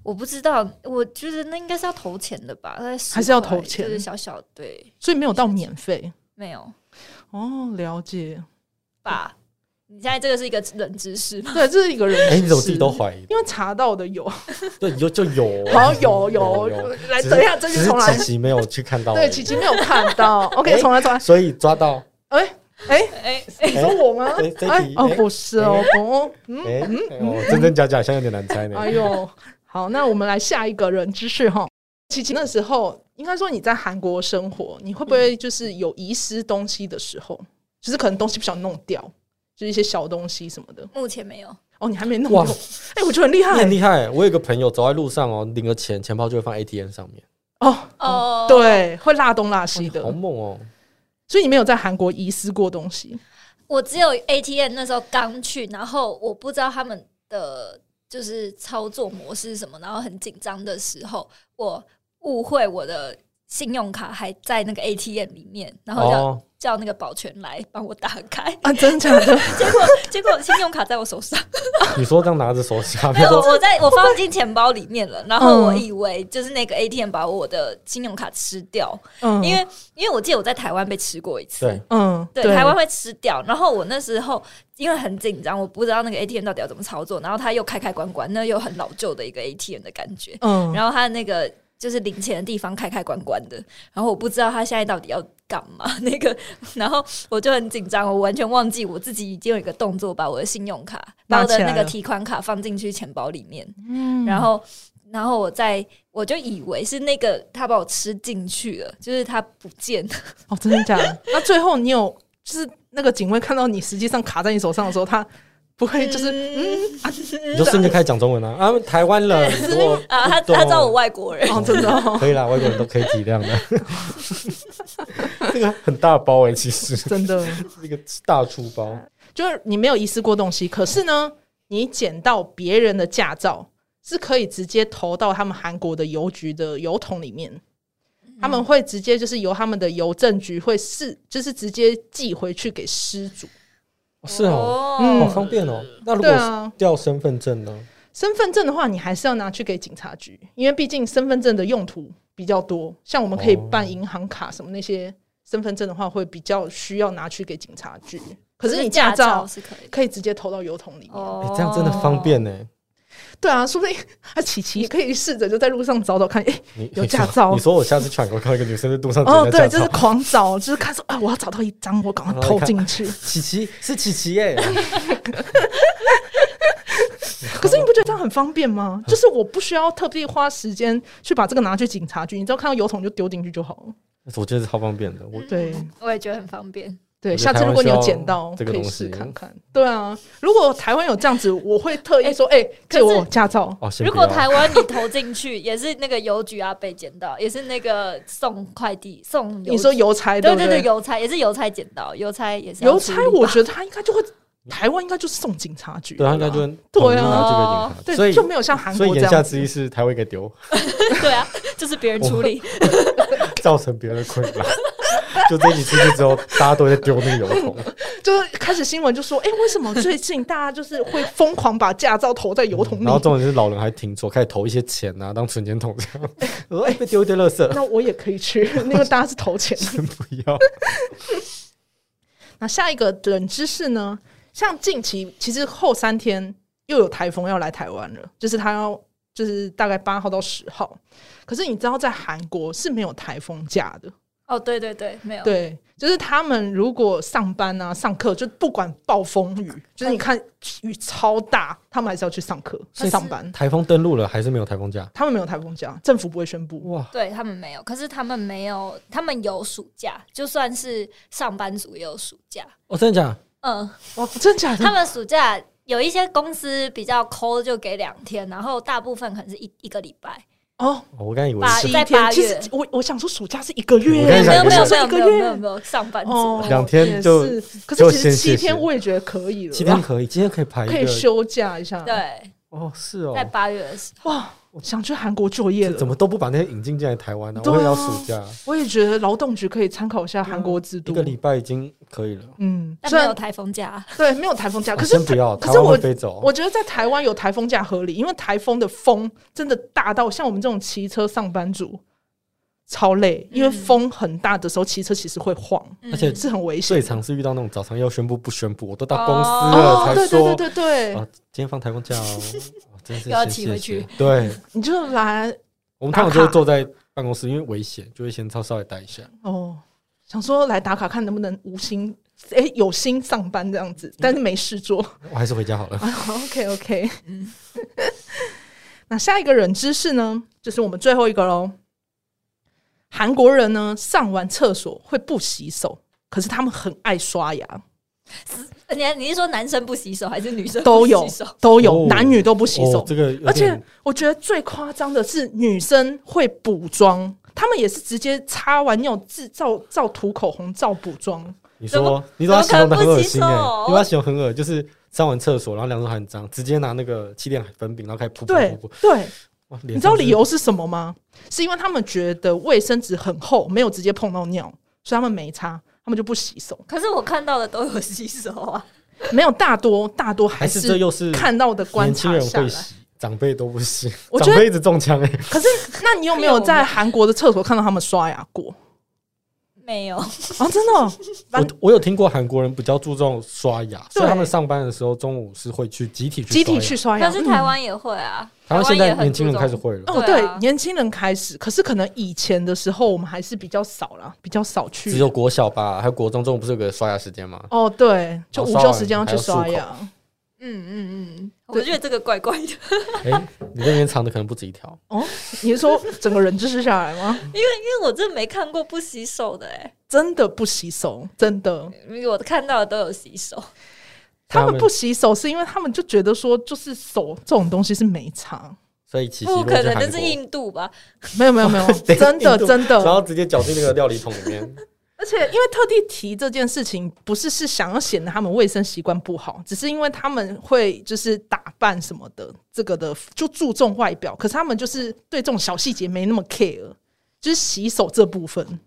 S3: 我不知道。我觉得那应该是要投钱的吧？大概10
S1: 还是要
S3: 块
S1: 投钱
S3: 就是小小对，
S1: 所以没有到免费
S3: 没有
S1: 哦，了解。
S3: 吧？你现在这个是一个冷知识吗？
S1: 对，这是一个人
S2: 哎，你怎么自己都
S1: 是
S2: 怀疑？
S1: 因为查到的有，好
S2: 对，有就有，啊
S1: 像有有
S2: 有
S1: 来
S2: 只是
S1: 等一下，这
S2: 只
S1: 就是重来
S2: 琪。琪没有去看到而已，
S1: 对，琪琪没有看到。OK，
S2: 哎
S1: 重来，重来。
S2: 所以抓到
S1: 哎哎，
S3: 哎、
S1: 你说我吗
S2: 哎？这
S1: 哎
S2: 题
S1: 哦，
S2: 哎
S1: 不是哦，不，嗯。
S2: 哎，哦，真真假假，现在有点难猜呢。
S1: 哎呦，好，那我们来下一个人知识哈。琪琪那时候，应该说你在韩国生活，你会不会就是有遗失东西的时候，就是可能东西不小心弄掉，就是一些小东西什么的？
S3: 目前没有。
S1: 哦，你还没弄
S2: 哇
S1: 过，哎、我觉得很厉
S2: 你很
S1: 害
S2: 厉害，我有一个朋友走在路上哦，领了钱，钱包就会放 ATM 上面，
S1: 哦。
S3: 哦，，
S1: 对，会拉东拉西的
S2: 好，猛哦！
S1: 所以你没有在韩国遗失过东西。
S3: 我只有 ATM 那时候刚去，然后我不知道他们的就是操作模式是什么，然后很紧张的时候，我误会我的信用卡还在那个 ATM 里面，然后叫、
S2: 哦，
S3: 叫那个保全来帮我打开，
S1: 啊，真的假的？
S3: 结果结果信用卡在我 手上，
S2: 你说这样拿着手下
S3: 没
S2: 面
S3: 有，我
S2: 说，
S3: 我在我放进钱包里面了，然后我
S1: 嗯
S3: 以为就是那个 ATM 把我的信用卡吃掉，
S1: 嗯，
S3: 因为因为我记得我在台湾被吃过一次，
S2: 对，
S1: 嗯，
S3: 对，台湾会吃掉。然后我那时候因为很紧张，我不知道那个 ATM 到底要怎么操作，然后它又开开关关，那又很老旧的一个 ATM 的感觉。
S1: 嗯，
S3: 然后它那个就是领钱的地方开开关关的，然后我不知道它现在到底要干嘛。 那个，然后我就很紧张，我完全忘记我自己已经有一个动作，把我的信用卡、把
S1: 拿
S3: 我
S1: 起来
S3: 的那个
S1: 了
S3: 提款卡放进去钱包里面。
S1: 嗯
S3: 然后，然后我在我就以为是那个他把我吃进去了，就是他不见了。
S1: 哦，真的假的？那最后你有就是那个警卫看到你实际上卡在你手上的时候，他不会就是嗯
S2: 你就瞬间开始讲中文啊！啊，台湾人，如果
S3: 啊，他
S2: 不懂
S3: 他叫我外国人，
S1: 哦，真的哦，
S2: 可以啦，外国人都可以体谅的。这个很大包哎、其实
S1: 真的，哦
S2: 是一个大书包。
S1: 就是你没有遗失过东西，可是呢，你捡到别人的驾照是可以直接投到他们韩国的邮局的邮筒里面，他们会直接就是由他们的邮政局会是就是直接寄回去给失主。
S2: 哦 是哦，
S1: 嗯
S2: 好方便哦。那如
S1: 对
S2: 果
S1: 啊，
S2: 掉身份证呢？
S1: 身份证的话，你还是要拿去给警察局，因为毕竟身份证的用途比较多，像我们可以
S2: 哦
S1: 办银行卡什么那些，身份证的话会比较需要拿去给警察局。可是你驾
S3: 驾
S1: 照
S3: 是可哦以的
S1: 可以直接投到邮筒里面。
S3: 哦
S2: 哎、这样真的方。便
S1: 哦
S2: 呢、
S1: 对啊，说不定啊，琪琪可以试着就在路上找找看，哎、
S2: 你
S1: 有
S2: 你
S1: 驾
S2: 说
S1: 照
S2: 你说我下次去韩国看到一个女生在路上捡
S1: 哦，
S2: 驾
S1: 对，
S2: 照，
S1: 就是狂找，就是看说啊，我要找到一张，我赶快投进 去。
S2: 琪琪是琪琪耶、
S1: 可是你不觉得这样很方便吗？就是我不需要特地花时间去把这个拿去警察局，你只要看到油桶就丢进去就好了。
S2: 我觉得是超方便的。我
S1: 哦对
S3: 我也觉得很方便。
S1: 对，
S2: 我
S1: 下
S2: 觉得
S1: 次
S2: 台
S1: 如
S2: 湾
S1: 果你
S2: 需
S1: 有
S2: 要
S1: 捡到，
S2: 这个
S1: 可以
S2: 东
S1: 试
S2: 西
S1: 看看。对啊，如果台湾有这样子，我会特意 说，哎、借
S3: 可是
S1: 我驾照。
S2: 哦，先
S3: 如
S2: 不要
S3: 果台湾你投进去，也是那个邮局啊被捡到，也是那个送快递送邮。
S1: 你说邮差
S3: 对
S1: 不
S3: 对对，邮差也是邮差捡到，邮差也是要
S1: 邮差
S3: 处理，吧
S1: 我觉得他应该就会，台湾应该就是送警察局。
S2: 对，他应该就会
S1: 对啊
S2: 统一拿这
S1: 对，
S2: 个银行，所以
S1: 就没有像韩
S2: 所
S1: 国
S2: 以
S1: 这
S2: 言
S1: 样
S2: 下
S1: 子。
S2: 之意是台湾给丢，
S3: 对啊，就是别人处理。
S2: 造成别人的困扰。 就这一集出去之后，大家都在丢那个油桶，
S1: 就是开始新闻就说，哎、为什么最近大家就是会疯狂把驾照投在油桶里？
S2: 然后重点是老人还停错，开始投一些钱啊，当存钱筒这样。我说哎，被丢一堆垃圾，
S1: 那我也可以去， 那个大家是投钱。
S2: 真不要。
S1: 那下一个冷知识呢？像近期其实后三天又有台风要来台湾了，就是它要就是大概八号到十号。可是你知道，在韩国是没有台风假的，
S3: 哦，对对对，没有。
S1: 对，就是他们如果上班啊、上课，就不管暴风雨，就是你看雨超大，他们还是要去上课、
S2: 所以
S1: 上班。
S2: 台风登陆了，还是没有台风假？
S1: 他们没有台风假，政府不会宣布。
S2: 哇，
S3: 对他们没有，可是他们没有，他们有暑假，就算是上班族也有暑假。
S2: 哦，真的假的？
S3: 嗯，
S1: 哇，哦真假的？
S3: 他们暑假有一些公司比较抠，就给两天，然后大部分可能是一一个礼拜。
S1: 哦，
S2: 哦我刚以为
S1: 十
S2: 是
S1: 一
S3: 在八
S1: 天。
S3: 月
S1: 其实我我想说暑假是一个月，
S2: 我跟你讲
S3: 没有
S2: 不
S3: 没
S2: 是
S3: 有
S1: 说
S3: 没有
S1: 一个
S3: 没有没有
S1: 月
S3: 没有上班族
S1: 哦，
S3: 了。
S2: 两天就
S1: 也是可是其
S2: 就先
S1: 实
S2: 谢谢
S1: 七天我也觉得可以了，
S2: 七天可以，今天可以排一
S1: 可以
S2: 个。
S1: 休假一下。，
S3: 对，
S2: 哦，是哦
S3: 在，八月的时候，
S1: 哇，想去韩国就业
S2: 这
S1: 了，
S2: 怎么？都不把那些引进进来台湾呢？
S1: 对啊
S2: 我也要暑假，
S1: 我也觉得劳动局可以参考一下韩国制
S2: 一
S1: 度
S2: 个。礼拜已经可以了。
S1: 嗯，
S3: 但
S1: 虽
S3: 没有
S1: 然
S3: 台风假。
S1: 对没有台风假，
S2: 啊
S1: 可是
S2: 先不要，
S1: 可
S2: 台
S1: 是
S2: 湾
S1: 我
S2: 会飞走。
S1: 我觉得在台湾有台风假合理，因为台风的风真的大到像我们这种骑车上班族超累，因为
S3: 嗯
S1: 风很大的时候骑车其实会晃，
S3: 嗯
S2: 而且
S1: 是很危险
S2: 最
S1: 的。
S2: 常是遇到那种早上要宣布不宣布，我都到公司
S1: 哦
S2: 了，才
S1: 对对
S2: 说
S1: 对对对，
S2: 啊，今天放台风假哦，哦真是
S3: 又要
S2: 先
S3: 骑
S2: 谢
S3: 回
S2: 谢
S3: 去。
S2: 对，
S1: 你就来
S2: 我们
S1: 打
S2: 通常就
S1: 卡
S2: 会坐在办公室，因为危险，就会先稍稍微待一下。
S1: 哦，想说来打卡看能不能无心，哎、有心上班这样子，但是没事做。
S2: 我还是回家好了。
S1: OK OK，那下一个冷知识呢，就是我们最后一个喽。韩国人呢，上完厕所会不洗手，可是他们很爱刷 牙，
S3: 你你是说男生不洗手还是女生
S1: 都
S3: 不
S1: 有
S3: 洗手？
S1: 都有，
S2: 哦
S1: 男女都不洗手。
S2: 哦这个有点
S1: 而且我觉得最夸张的是，女生会补妆，她们也是直接擦完尿自照照涂口红，照补妆。
S2: 你
S3: 怎
S2: 说
S3: 么，
S2: 你把它形容的很恶心哎、
S3: 怎么可能不洗手
S2: 你把它形容很恶，就是上完厕所，然后两手很脏，直接拿那个气垫粉饼，然后开始扑扑
S1: 对
S2: 扑扑。
S1: 对，
S2: 哇
S1: 你知道理？由是什么吗？是因为他们觉得卫生纸很厚，没有直接碰到尿，所以他们没擦，他们就不洗手。
S3: 可是我看到的都有洗手啊，
S1: 没有大多大多还
S2: 还是这又是
S1: 看到的观
S2: 年轻
S1: 察
S2: 人
S1: 下
S2: 会
S1: 来。
S2: 洗，长辈都不洗，
S1: 我觉
S2: 长
S1: 得
S2: 辈一直中枪哎、
S1: 可是，那你有没有在韩国的厕所看到他们刷牙过？
S3: 没有。
S1: 啊，真的哦、反
S2: 我我有听过韩国人比较注重刷牙，所以
S1: 对
S2: 他们上班的时候中午是会去集体去
S1: 集体
S2: 刷牙
S1: 去刷牙。
S3: 但是台
S1: 嗯、
S3: 湾也会啊，
S2: 台湾现
S3: 也
S2: 在
S3: 很
S2: 年轻人
S3: 注重
S2: 开始会了，
S1: 哦，对
S3: 对啊，
S1: 年轻人开始，可是可能以前的时候我们还是比较少啦，比较少去。
S2: 只有国小吧，还有国中中午不是有个刷牙时间吗？
S1: 哦，对，就午
S2: 哦
S1: 休时间要
S2: 刷完
S1: 去刷
S2: 还要漱
S1: 牙。
S3: 嗯嗯嗯，我
S1: 对
S3: 觉得这个怪怪的，
S2: 哎、你那边藏的可能不止一条。
S1: 哦，你是说整个人就是下来 吗？
S3: 因为我真没看过不洗手的哎、
S1: 真的不洗手，真的。
S3: 因为我看到的都有洗手。
S1: 他
S2: 他
S1: 们
S2: 们
S1: 不洗手是因为他们就觉得说，就是手这种东西是没差。
S2: 所以琪琪
S3: 不可能，
S2: 那
S3: 那 是印度吧？
S1: 没有没有没有，真的真
S2: 然
S1: 的。
S2: 后直接搅进那个料理桶里面。
S1: 而且因为特地提这件事情，不是是想要显得他们卫生习惯不好，只是因为他们会就是打扮什么的，这个的就注重外表，可是他们就是对这种小细节没那么 care，就是洗手这部分，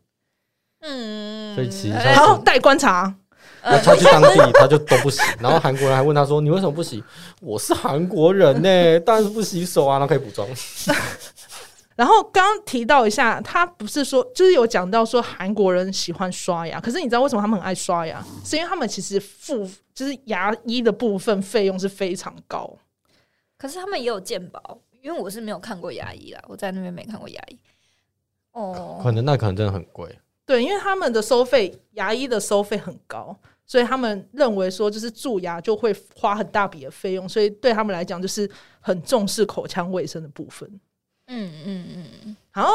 S3: 嗯，
S2: 所以其实
S3: 哎
S2: 他
S1: 然后带观察。
S2: 然后他去当地，他就都不洗。然后韩国人还问他说：“你为什么不洗？”我是韩国人呢、当然是不洗手啊。然后可以补妆，
S1: 然后刚刚提到一下，他不是说就是有讲到说韩国人喜欢刷牙，可是你知道为什么他们很爱刷牙？是因为他们其实付就是牙医的部分费用是非常高。
S3: 可是他们也有健保，因为我是没有看过牙医啦，我在那边没看过牙医。
S2: 可
S3: 哦，
S2: 能那可能真的很贵。
S1: 对，因为他们的收费，牙医的收费很高，所以他们认为说，就是蛀牙就会花很大笔的费用，所以对他们来讲，就是很重视口腔卫生的部分。
S3: 嗯嗯嗯，
S1: 好，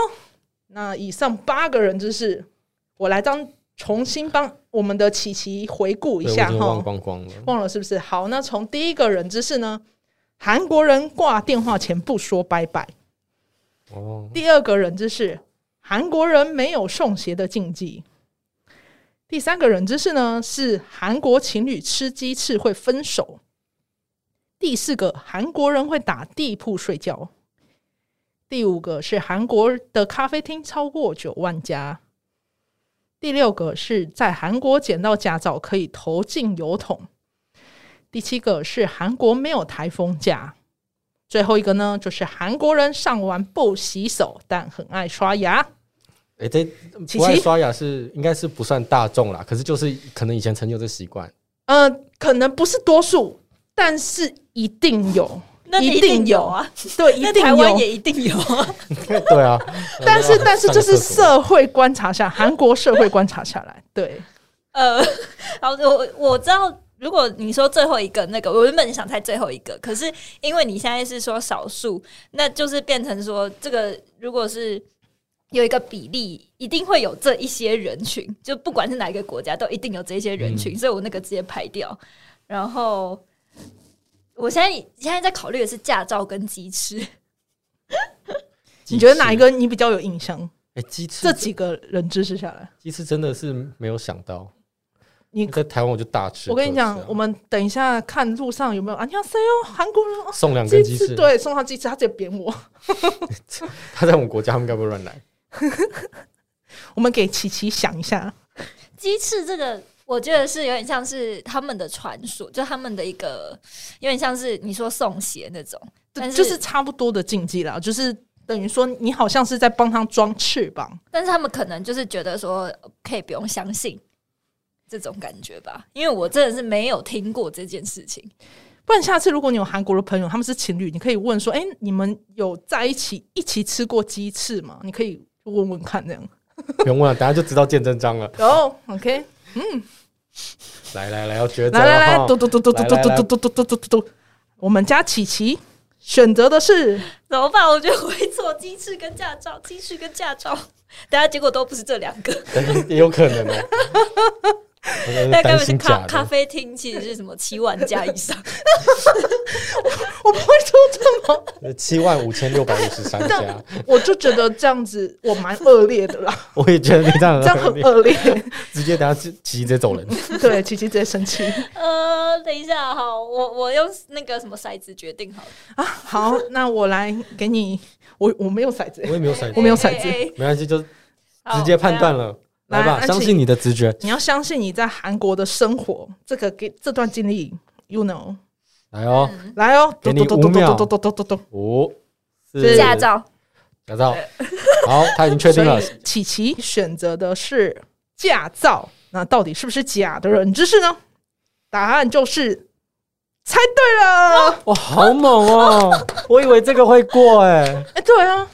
S1: 那以上八个人就是我来当重新帮我们的琪琪回顾一
S2: 对，我已
S1: 下
S2: 经
S1: 哈
S2: 忘，光光了。
S1: 忘了是不是？好，那从第一个人知识呢，韩国人挂电话前不说拜拜。
S2: 哦，
S1: 第二个人知识，韩国人没有送鞋的禁忌。第三个人知识呢，是韩国情侣吃鸡翅会分手。第四个，韩国人会打地铺睡觉。第五个是韩国的咖啡厅超过九万家。第六个是在韩国捡到驾照可以投进油桶。第七个是韩国没有台风假。最后一个呢，就是韩国人上完不洗手，但很爱刷牙。
S2: 哎、这
S1: 琪
S2: 不爱
S1: 琪
S2: 刷牙是应该是不算大众啦，可是就是可能以前曾经有这习 惯。
S1: 呃，可能不是多数，但是一定有，
S3: 那
S1: 一
S3: 一
S1: 定
S3: 定
S1: 有
S3: 有啊，
S1: 对，一
S3: 那
S1: 定
S3: 台湾
S1: 有。
S3: 也一定有啊。
S2: 对啊，
S1: 但是，但是，
S2: 上
S1: 就
S2: 个
S1: 是
S2: 厕所
S1: 社会观察下，韩国社会观察下来，对，
S3: 呃， 然后我我知道，如果你说最后一个那个，我原本想猜最后一个，可是因为你现在是说少数，那就是变成说这个如果是。有一个比例，一定会有这一些人群，就不管是哪一个国家，都一定有这些人群，所以我那个直接排掉。然后我现在现在在考虑的是驾照跟鸡翅，
S1: 你觉得哪
S2: 鸡翅
S1: 一？个你比较有印象？
S2: 哎、鸡翅
S1: 这几个人知识下来，
S2: 鸡翅真的是没有想到，
S1: 你
S2: 在台湾我就大吃。
S1: 我跟你讲
S2: 特吃啊，
S1: 我们等一下看路上有没有啊？你看谁哦，韩国人哦，
S2: 送两根
S1: 鸡
S2: 鸡
S1: 翅，
S2: 翅，
S1: 对，送他鸡翅，他直接扁我。
S2: 他在我们国家，他们该不会乱来？
S1: 我们给琪琪想一下，
S3: 鸡翅这个，我觉得是有点像是他们的传说，就他们的一个有点像是你说送鞋那种，但是
S1: 就是差不多的禁忌啦，就是等于说你好像是在帮他装翅膀，
S3: 但是他们可能就是觉得说呃可以不用相信这种感觉吧，因为我真的是没有听过这件事情。
S1: 不然下次如果你有韩国的朋友，他们是情侣，你可以问说：“哎、你们有在一起一起吃过鸡翅吗？”你可以问问看这样。
S2: 不用问了，等下就知道见真章了。
S1: 然后 OK，
S2: 来来来，要抉择
S1: 来
S2: 了
S1: 来来，
S2: 哈
S1: 嘟嘟嘟嘟嘟嘟嘟嘟嘟嘟嘟嘟嘟，我们家琪琪选择的是
S3: 怎么办？我觉得我会做鸡翅跟驾照，鸡翅跟驾照， 大家结果都不是这两个，
S2: 也有 可能哦、我真的
S3: 那
S2: 是担
S3: 根本是
S2: 心
S3: 咖
S2: 假
S3: 咖
S2: 的，
S3: 啡厅，其实是什么七万加 以上。
S1: 我不会说这么，
S2: 七万五千六百五十三 家，
S1: 我就觉得这样子我蛮恶劣的啦，
S2: 我也觉得你这样
S1: 这样
S2: 很
S1: 很
S2: 合理，
S1: 恶劣。
S2: 直接等下直直接走人。
S1: 对，琪琪直接生气。
S3: 呃，等一下，好，我我用那个什么骰子决定好了。
S1: 好，那我来给你，我我没有骰子
S2: 我，也没有闪，
S1: 我没有骰子
S3: 哎哎哎
S2: 没关系，就直
S3: 好
S2: 接判断
S3: 等
S2: 了。
S1: 来
S2: 来吧，
S1: 安
S2: 相
S1: 琪
S2: 信你的直觉。
S1: 你要相信你在韩国的生活，这个给这段经历，you know。
S2: 来哦，
S1: 来哦，
S2: 给你
S1: 咚咚
S2: 5秒
S1: 咚咚咚咚咚咚
S2: 五、
S1: 是
S2: 四
S3: 一下。驾，照，
S2: 驾照。好，他已经确定了
S1: 所。以琪琪选择的是驾照，那到底是不是假的冷知识呢？答案就是猜对了。哎、
S2: 哇，好猛哦！我以为这个会过哎，
S1: 对啊，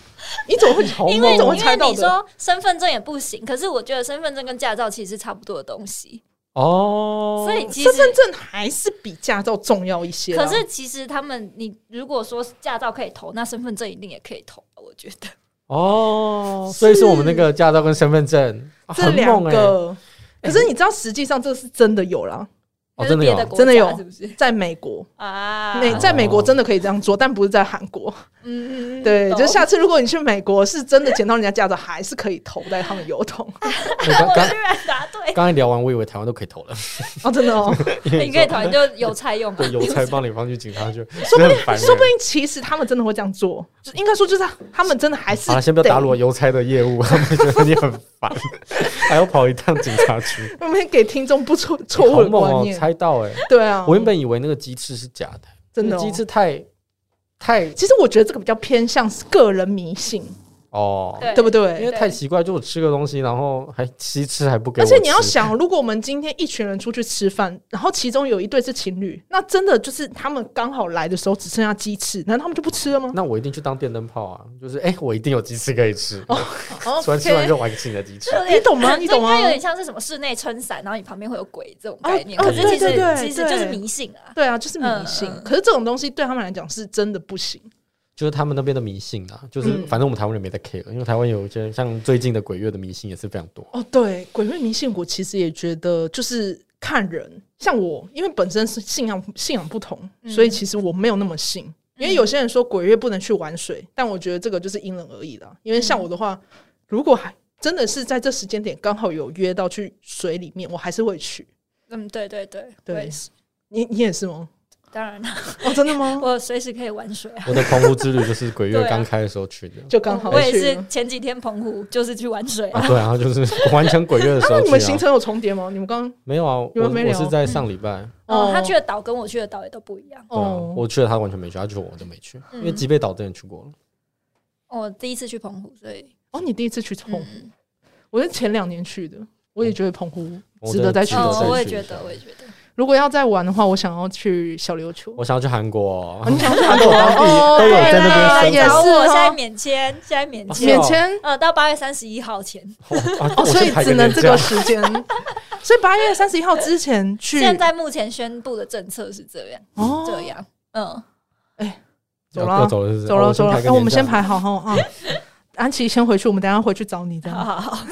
S1: 你怎么会啊
S2: 好
S3: 因
S2: 猛
S3: 为
S1: 怎
S2: 哦
S1: 么会
S3: 因
S1: 猜
S3: 为
S1: 到
S3: 你
S1: 的？
S3: 说身份证也不行，可是我觉得身份证跟驾照其实是差不多的东西，
S2: 哦！
S3: 所以其
S1: 身份
S3: 实。
S1: 证还是比驾照重要一些啊。
S3: 可是其实他们，你如果说驾照可以投，那身份证一定也可以投，我觉得。
S2: 哦，所以是我们那个驾照跟身份证，啊
S1: 这
S2: 很
S1: 两
S2: 猛哎。
S1: 个，可是你知道，实际上这是真的有啦。
S2: 哦，
S3: 就是
S2: 真的
S3: 别
S2: 有
S3: 的
S2: 啊
S3: 国
S1: 真的
S3: 家
S1: 有
S3: 是不是
S1: 在美国，
S3: 啊？
S1: 美在美国真的可以这样做，但不是在韩国。
S3: 嗯嗯嗯，
S1: 对，就
S3: 懂
S1: 下次如果你去美国，是真的捡到人家驾照，还是可以投在他们油 桶
S2: 我刚
S3: 我
S2: 刚
S3: 居然答对，
S2: 刚才聊完，我以为台湾都可以 投了，
S1: 哦，真的哦。
S2: 因为
S3: 你可
S2: 说
S3: 以团就邮差用啊
S2: 对，邮差帮你放去警察局，
S1: 说不
S2: 真的
S1: 定
S2: 很，烦
S1: 说不
S2: 人
S1: 定其实他们真的会这样做，就应该说就是他们真的还是
S2: 欸好了，先不要打
S1: 得
S2: 我邮差的业务，他们觉得你很烦， 还要跑一趟警察局，
S1: 我们给听众不错错
S2: 好
S1: 误的
S2: 猛
S1: 观
S2: 哦、
S1: 念。
S2: 猜到哎、
S1: 对啊，
S2: 我原本以为那个鸡翅是假的，
S1: 真的
S2: 那
S1: 哦、
S2: 鸡翅太太
S1: 其实我觉得这个比较偏向是个人迷信，
S2: 哦，
S3: 对
S1: 对不
S2: 因
S1: 对？
S2: 为太奇怪，就我吃个东西，然后还鸡翅还不给我
S1: 而
S2: 吃，
S1: 且你要想，如果我们今天一群人出去吃饭，然后其中有一对是情侣，那真的就是他们刚好来的时候只剩下鸡翅，难道他们就不吃了吗？
S2: 那我一定去当电灯泡啊！就是哎、我一定有鸡翅可以吃，
S1: 哦
S2: 吃完吃完就玩新的鸡翅。
S3: 这有
S1: 你
S3: 点
S1: 懂吗？
S3: 这
S1: 你懂吗
S3: 应该？有点像是什么室内撑伞，然后你旁边会有鬼这种
S1: 哦
S3: 概念。
S1: 哦
S3: 可是
S2: 对
S3: 其
S1: 对
S3: 实
S1: 对
S3: 其实
S1: 对
S3: 就是迷信啊。
S1: 对啊，就是迷信。
S3: 嗯嗯
S1: 可是这种东西对他们来讲是真的不行。
S2: 就是他们那边的迷信啊，就是
S1: 嗯
S2: 反正我们台湾人没在 care，因为台湾有一些像最近的鬼月的迷信也是非常 多。
S1: 哦，对，鬼月迷信，我其实也觉得就是看人。像我，因为本身是信仰信仰不同，
S3: 嗯
S1: 所以其实我没有那么信。因为有些人说鬼月不能去玩水，但我觉得这个就是因人而异的。因为像我的话，如果还真的是在这时间点刚好有约到去水里面，我还是会去。
S3: 嗯，对对对，
S1: 对
S3: 我也是。
S1: 你你也是吗？
S3: 当然了，
S1: 哦，真的吗？
S3: 我随时可以玩水啊。
S2: 我的澎湖之旅就是鬼月
S3: 对啊
S2: 刚开的时候去的，
S1: 就刚好
S3: 我也
S1: 去哦
S3: 是
S1: 了。
S3: 前几天澎湖就是去玩水
S2: 啊
S3: 啊。
S2: 对啊，就是完全鬼月的时
S1: 那
S2: 候
S1: 你们
S2: 去
S1: 行
S2: 啊。
S1: 程有重叠吗？你们刚
S2: 没有啊，
S1: 你
S2: 我
S1: 们没
S2: 我
S1: 聊
S2: 是在上礼拜，
S3: 哦，他去的岛跟我去的岛也都不一样。
S2: 对啊
S1: 哦，
S2: 我去了他完全没去，他去我就没去，因为
S3: 嗯
S2: 吉贝岛之前去过了，
S3: 我第一次去澎湖，所以
S1: 哦，你第一次去澎湖，
S3: 嗯，
S1: 我是前两年去的，我也觉得澎湖
S2: 我
S1: 值
S2: 真
S1: 得
S2: 的
S1: 再
S2: 值
S1: 去
S2: 得
S1: 一
S2: 再
S1: 次
S3: 哦，。我也
S2: 去
S3: 觉
S2: 一下
S3: 得，我也觉得。
S1: 如果要再玩的话，我想要去小琉球。
S2: 我想要去韩国，
S1: 哦你想去
S2: 韩国 当地都有在那
S1: 哦
S2: 边
S1: 也
S2: 生
S1: 是
S2: 活
S3: 找
S1: 哦
S3: 我现在免签，现在免
S2: 是
S1: 免
S2: 哦
S3: 签，
S1: 签
S3: 呃，到八月三十一号前，
S2: 啊
S1: 哦，所以只能这。
S2: 我去排个年假
S1: 个时 间。所以八月三十一号之前去，
S3: 现在目前宣布的政策是这样，
S1: 哦，
S3: 这样，嗯，
S1: 走
S2: 要
S1: 了
S2: 走了是不是
S1: 走
S2: 哦
S1: 了
S2: 我
S1: 走了
S2: 排，个
S1: 那我们
S2: 年
S1: 先
S2: 假
S1: 排好哈啊。安琪先回去，我们等一下回去找你这
S3: 好
S1: 样。
S3: 好好，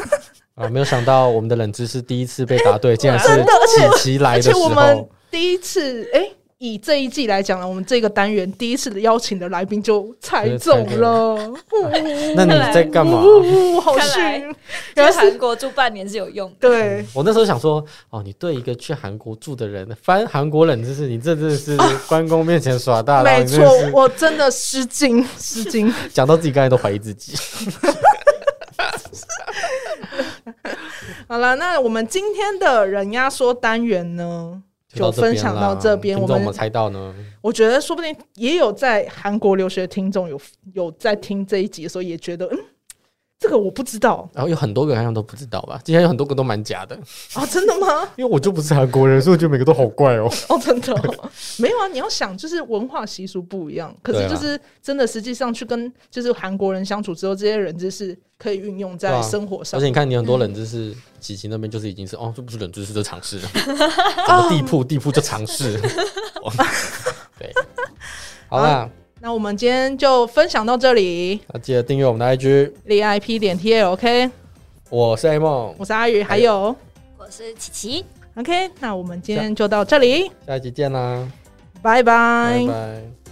S2: 啊！没有想到我们的冷知识第一次被答对，竟然是
S1: 哎真的而且
S2: 琪琪来
S1: 而
S2: 的时
S1: 且我们
S2: 候，
S1: 第一次，哎、以这一季来讲呢，我们这个单元第一次的邀请的来宾就猜中了。
S2: 那你在干嘛？
S1: 呜、好
S3: 看
S1: 虚
S3: 来，
S1: 原来
S3: 在
S1: 是
S3: 韩国住半年是有用的。
S1: 对。
S2: 我那时候想说，哦，你对一个去韩国住的人翻韩国冷知识，你这真的是关公面前耍大刀，
S1: 没
S2: 你真
S1: 错
S2: 的，是
S1: 我真的失 敬失敬。
S2: 讲到自己刚才都怀疑自己。
S1: 好了，那我们今天的人家说单元呢，就分享到这边。
S2: 我
S1: 我
S2: 们我们
S1: 们
S2: 猜到呢，
S1: 我觉得说不定也有在韩国留学的听众有有在听这一集，所以也觉得嗯，这个我不知道
S2: 然后有很多个好像都不知道吧？今天有很多个都蛮假的，
S1: 啊，真的 吗？
S2: 因为我就不是韩国人，所以我觉得每个都好怪哦。
S1: 哦，真的哦、没有啊！你要想，就是文化习俗不一样，可
S2: 对
S1: 是
S2: 啊
S1: 就是真的，实际上去跟就是韩国人相处之后，这些人就是可以运用
S2: 对
S1: 在
S2: 啊
S1: 生活上
S2: 而且。你看，你很多冷知识，琪琪那边就是已经是哦，这不是冷知识，这是尝 试，什么地铺地铺就尝试，哇 对，好啦，
S1: 那我们今天就分享到这里
S2: 那记得订阅我们的 IG，
S1: ，l i p 点 t l k，
S2: 我是 A 梦，
S1: 我是阿宇，还有
S3: 我是琪琪，
S1: OK，那我们今天就到这里，
S2: 下一集见啦，
S1: 啊拜拜
S2: 拜。拜。